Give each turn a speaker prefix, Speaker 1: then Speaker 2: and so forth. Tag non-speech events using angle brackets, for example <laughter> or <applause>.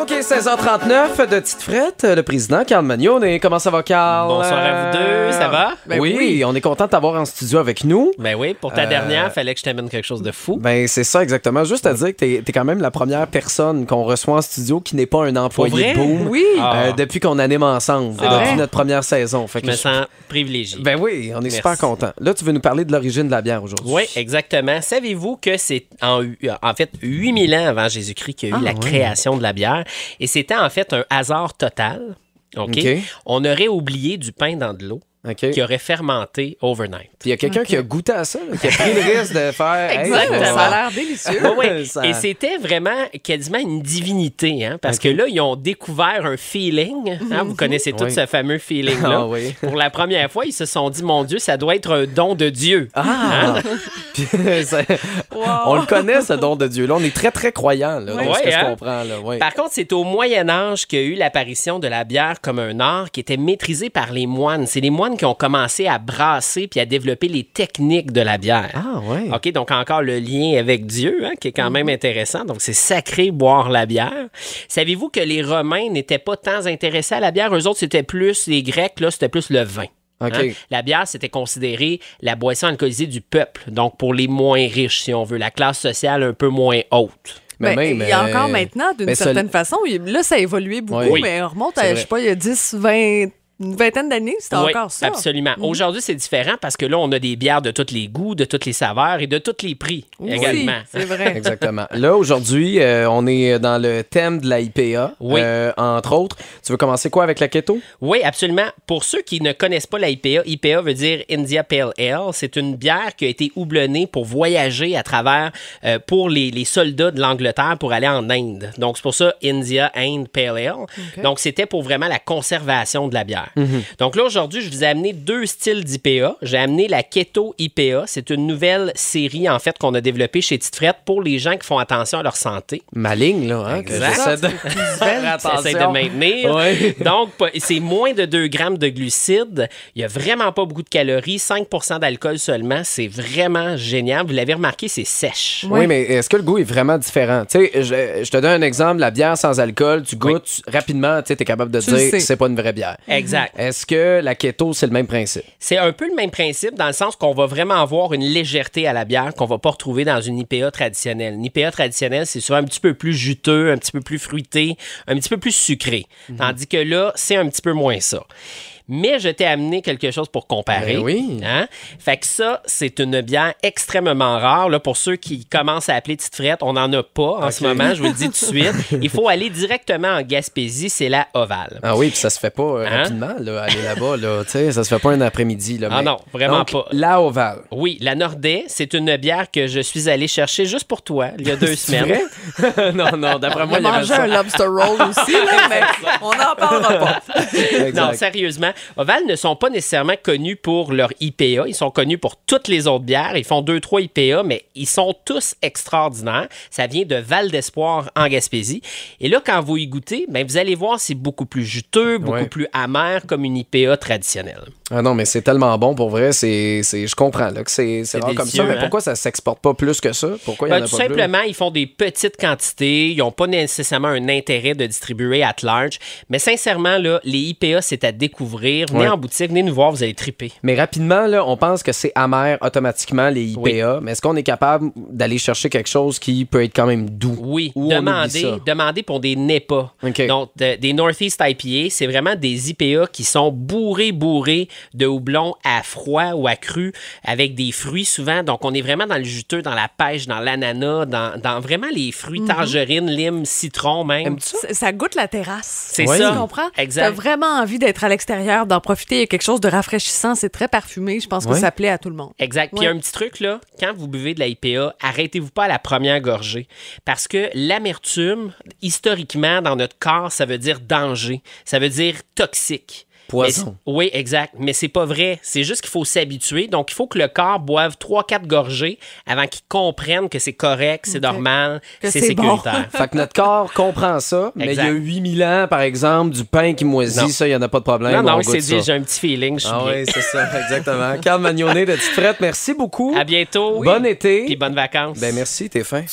Speaker 1: OK, 16h39 de Tite Frette, le président Carl Magnon. Et comment ça va, Carl?
Speaker 2: Bonsoir à vous deux, ça va?
Speaker 1: Ben oui, on est content de t'avoir en studio avec nous.
Speaker 2: Ben oui, pour ta dernière, fallait que je t'amène quelque chose de fou.
Speaker 1: Euh, Ben, c'est ça, exactement. Juste à dire que t'es es quand même la première personne qu'on reçoit en studio qui n'est pas un employé
Speaker 2: vrai? Ah.
Speaker 1: de Boom
Speaker 3: Oui.
Speaker 1: euh, depuis qu'on anime ensemble, depuis
Speaker 3: vrai.
Speaker 1: notre première saison. Fait
Speaker 2: Je
Speaker 1: que
Speaker 2: me
Speaker 1: je-
Speaker 2: sens privilégié.
Speaker 1: Ben oui, on est super content. Là, tu veux nous parler de l'origine de la bière aujourd'hui.
Speaker 2: Oui, exactement. Savez-vous que c'est en, euh, en fait 8000 ans avant Jésus-Christ qu'il y a
Speaker 1: Ah,
Speaker 2: eu la création de la bière et c'était en fait un hasard total. OK?
Speaker 1: OK.
Speaker 2: On aurait oublié du pain dans de l'eau
Speaker 1: OK.
Speaker 2: qui
Speaker 1: Puis
Speaker 2: aurait fermenté overnight.
Speaker 1: il y a quelqu'un qui a goûté à ça, là, qui a pris le risque de faire. Hey,
Speaker 2: Exactement.
Speaker 1: ça
Speaker 3: Ça
Speaker 1: va-
Speaker 3: a l'air délicieux.
Speaker 2: Ouais, ouais.
Speaker 1: Ça-
Speaker 2: Et c'était vraiment quasiment une divinité, hein, parce que là, ils ont découvert un feeling. hein,
Speaker 3: Mhm.
Speaker 2: vous connaissez tout
Speaker 1: Oui.
Speaker 2: ce fameux feeling-là.
Speaker 1: Ah oui.
Speaker 2: Pour la première fois, ils se sont dit, mon Dieu, ça doit être un don de Dieu. Hein?
Speaker 1: Ah! Puis, <laughs> ça- On le connaît, ce don de Dieu. Là, on est très, très croyant, là, dans ce
Speaker 2: Ouais,
Speaker 1: que je
Speaker 2: hein?
Speaker 1: comprends. Là. Ouais.
Speaker 2: Par contre, c'est au Moyen Âge qu'il y a eu l'apparition de la bière comme un art qui était maîtrisé par les moines. C'est les moines qui ont commencé à brasser puis à développer les techniques de la bière.
Speaker 1: Ah, ouais.
Speaker 2: OK, donc encore le lien avec Dieu, hein, qui est quand même intéressant. Donc, c'est sacré boire la bière. Savez-vous que les Romains n'étaient pas tant intéressés à la bière? Eux autres, c'était plus les Grecs, là, c'était plus le vin.
Speaker 1: Ah, OK.
Speaker 2: Hein? La bière, c'était considéré la boisson alcoolisée du peuple, donc pour les moins riches, si on veut, la classe sociale un peu moins haute.
Speaker 1: Mais
Speaker 3: Ben,
Speaker 1: même,
Speaker 3: il y a
Speaker 1: euh,
Speaker 3: encore maintenant, d'une
Speaker 1: ben, ça-
Speaker 3: certaine façon. il- Là, ça a évolué beaucoup,
Speaker 1: Oui.
Speaker 3: mais on remonte
Speaker 1: C'est
Speaker 3: à,
Speaker 1: vrai.
Speaker 3: je sais pas, il y a 10, 20, une vingtaine d'années, c'était
Speaker 2: Oui,
Speaker 3: encore ça. Mhm.
Speaker 2: Absolument. Aujourd'hui, c'est différent parce que là, on a des bières de tous les goûts, de toutes les saveurs et de tous les prix
Speaker 3: Oui,
Speaker 2: également.
Speaker 3: c'est vrai.
Speaker 1: <laughs> Exactement. Là, aujourd'hui, euh, on est dans le thème de la IPA,
Speaker 2: Oui.
Speaker 1: euh, entre autres. Tu veux commencer quoi avec la keto?
Speaker 2: Oui, absolument. Pour ceux qui ne connaissent pas la IPA, IPA veut dire India Pale Ale. C'est une bière qui a été houblonnée pour voyager à travers, euh, pour les, les soldats de l'Angleterre pour aller en Inde. Donc, c'est pour ça India Inde Pale Ale. Donc, c'était pour vraiment la conservation de la bière. Donc, là, aujourd'hui, je vous ai amené deux styles d'IPA. J'ai amené la Keto IPA. C'est une nouvelle série, en fait, qu'on a développée chez Tite Frette pour les gens qui font attention à leur santé.
Speaker 1: Ma ligne, là. Hein, que
Speaker 2: Exact.
Speaker 1: j'essaie
Speaker 3: <laughs>
Speaker 1: de-
Speaker 2: <laughs> J'essaie de maintenir.
Speaker 1: Ouais.
Speaker 2: <laughs> Donc, pas- c'est moins de 2 grammes de glucides. Il n'y a vraiment pas beaucoup de calories. 5 d'alcool seulement. C'est vraiment génial. Vous l'avez remarqué, c'est sèche.
Speaker 1: Oui, mais est-ce que le goût est vraiment différent? Tu sais, je, je te donne un exemple, la bière sans alcool, tu goûtes rapidement, tu es capable de
Speaker 3: le
Speaker 1: dire
Speaker 3: sais.
Speaker 1: c'est pas une vraie bière.
Speaker 2: Exact.
Speaker 1: Est-ce que la keto, c'est le même principe?
Speaker 2: C'est un peu le même principe dans le sens qu'on va vraiment avoir une légèreté à la bière qu'on va pas retrouver dans une IPA traditionnelle. Une IPA traditionnelle, c'est souvent un petit peu plus juteux, un petit peu plus fruité, un petit peu plus sucré.
Speaker 1: Mhm.
Speaker 2: Tandis que là, c'est un petit peu moins ça. Mais je t'ai amené quelque chose pour comparer.
Speaker 1: Ben oui.
Speaker 2: Hein? Fait que ça, c'est une bière extrêmement rare. Là, pour ceux qui commencent à appeler Petite Frette, on n'en a pas en ce moment, je vous
Speaker 1: <laughs>
Speaker 2: le dis tout de suite. Il faut aller directement en Gaspésie, c'est la Ovale.
Speaker 1: Ah oui, puis ça se fait pas euh,
Speaker 2: Hein?
Speaker 1: rapidement, là, aller là-bas, là, tu sais, ça se fait pas un après-midi. Là,
Speaker 2: Ah non, vraiment
Speaker 1: Donc,
Speaker 2: pas.
Speaker 1: La ovale.
Speaker 2: Oui, la Nordais, c'est une bière que je suis allé chercher juste pour toi il y a deux
Speaker 1: <laughs> C'est
Speaker 2: semaines. <laughs>
Speaker 1: vrai? non, non, d'après
Speaker 3: On
Speaker 1: moi,
Speaker 3: a
Speaker 1: il y avait
Speaker 3: mangé
Speaker 1: ça.
Speaker 3: un lobster roll aussi, là, mais on n'en
Speaker 1: <laughs>
Speaker 3: parlera pas.
Speaker 2: Non,
Speaker 1: Exact.
Speaker 2: sérieusement, Oval ne sont pas nécessairement connus pour leur IPA. Ils sont connus pour toutes les autres bières. Ils font deux, trois IPA, mais ils sont tous extraordinaires. Ça vient de Val d'Espoir en Gaspésie. Et là, quand vous y goûtez, ben, vous allez voir, c'est beaucoup plus juteux, beaucoup
Speaker 1: Ouais.
Speaker 2: plus amer comme une IPA traditionnelle.
Speaker 1: Ah non, mais c'est tellement bon pour vrai, c'est, c'est- je comprends là, que c'est, c'est
Speaker 2: C'est
Speaker 1: rare comme ça,
Speaker 2: délicieux,
Speaker 1: mais
Speaker 2: hein?
Speaker 1: pourquoi ça s'exporte pas plus que ça? Pourquoi il y en
Speaker 2: Ben,
Speaker 1: a
Speaker 2: tout
Speaker 1: pas plus?
Speaker 2: simplement, ils font des petites quantités. Ils n'ont pas nécessairement un intérêt de distribuer at large. Mais sincèrement, là, les IPA, c'est à découvrir. Venez
Speaker 1: Ouais.
Speaker 2: en boutique, venez nous voir, vous allez triper.
Speaker 1: Mais rapidement, là, on pense que c'est amer automatiquement, les IPA, mais est-ce qu'on est capable d'aller chercher quelque chose qui peut être quand même doux?
Speaker 2: Oui,
Speaker 1: Ou on oublie
Speaker 2: demandez,
Speaker 1: ça?
Speaker 2: demandez pour des NEPA.
Speaker 1: OK.
Speaker 2: Donc, de- des Northeast IPA, c'est vraiment des IPA qui sont bourrés, bourrés de houblon à froid ou à cru, avec des fruits souvent. Donc, on est vraiment dans le juteux, dans la pêche, dans l'ananas, dans, dans vraiment les fruits
Speaker 1: Mhm.
Speaker 2: tangerine, lime, citron même.
Speaker 3: Ça, ça goûte la terrasse.
Speaker 2: C'est
Speaker 1: Oui.
Speaker 2: ça.
Speaker 3: Tu comprends? T'as
Speaker 2: Exact.
Speaker 3: vraiment envie d'être à l'extérieur, d'en profiter. Il y a quelque chose de rafraîchissant. C'est très parfumé. Je pense que
Speaker 1: Ouais.
Speaker 3: ça plaît à tout le monde.
Speaker 2: Exact. Puis
Speaker 3: Ouais.
Speaker 2: un petit truc, là, quand vous buvez de la IPA, arrêtez-vous pas à la première gorgée. Parce que l'amertume, historiquement, dans notre corps, ça veut dire danger. Ça veut dire toxique.
Speaker 1: Poison.
Speaker 2: Mais- oui, exact. Mais c'est pas vrai. C'est juste qu'il faut s'habituer. Donc, il faut que le corps boive 3-4 gorgées avant qu'il comprenne que c'est correct, c'est normal,
Speaker 3: Que
Speaker 2: c'est
Speaker 3: c'est bon.
Speaker 2: sécuritaire.
Speaker 1: <laughs> Fait que notre corps comprend ça, mais il y a
Speaker 2: Exact.
Speaker 1: 8000 ans, par exemple, du pain qui moisit,
Speaker 2: Non.
Speaker 1: ça, il n'y en a pas de problème.
Speaker 2: non,
Speaker 1: on
Speaker 2: non,
Speaker 1: goûte
Speaker 2: c'est dit,
Speaker 1: ça.
Speaker 2: j'ai un petit feeling, je suis
Speaker 1: Ah
Speaker 2: bien.
Speaker 1: oui, c'est ça, <laughs> exactement. Carl Magnonet de Petite Frette, merci beaucoup.
Speaker 2: À bientôt.
Speaker 1: Bon été.
Speaker 2: Puis bonnes vacances.
Speaker 1: Ben merci, t'es fin.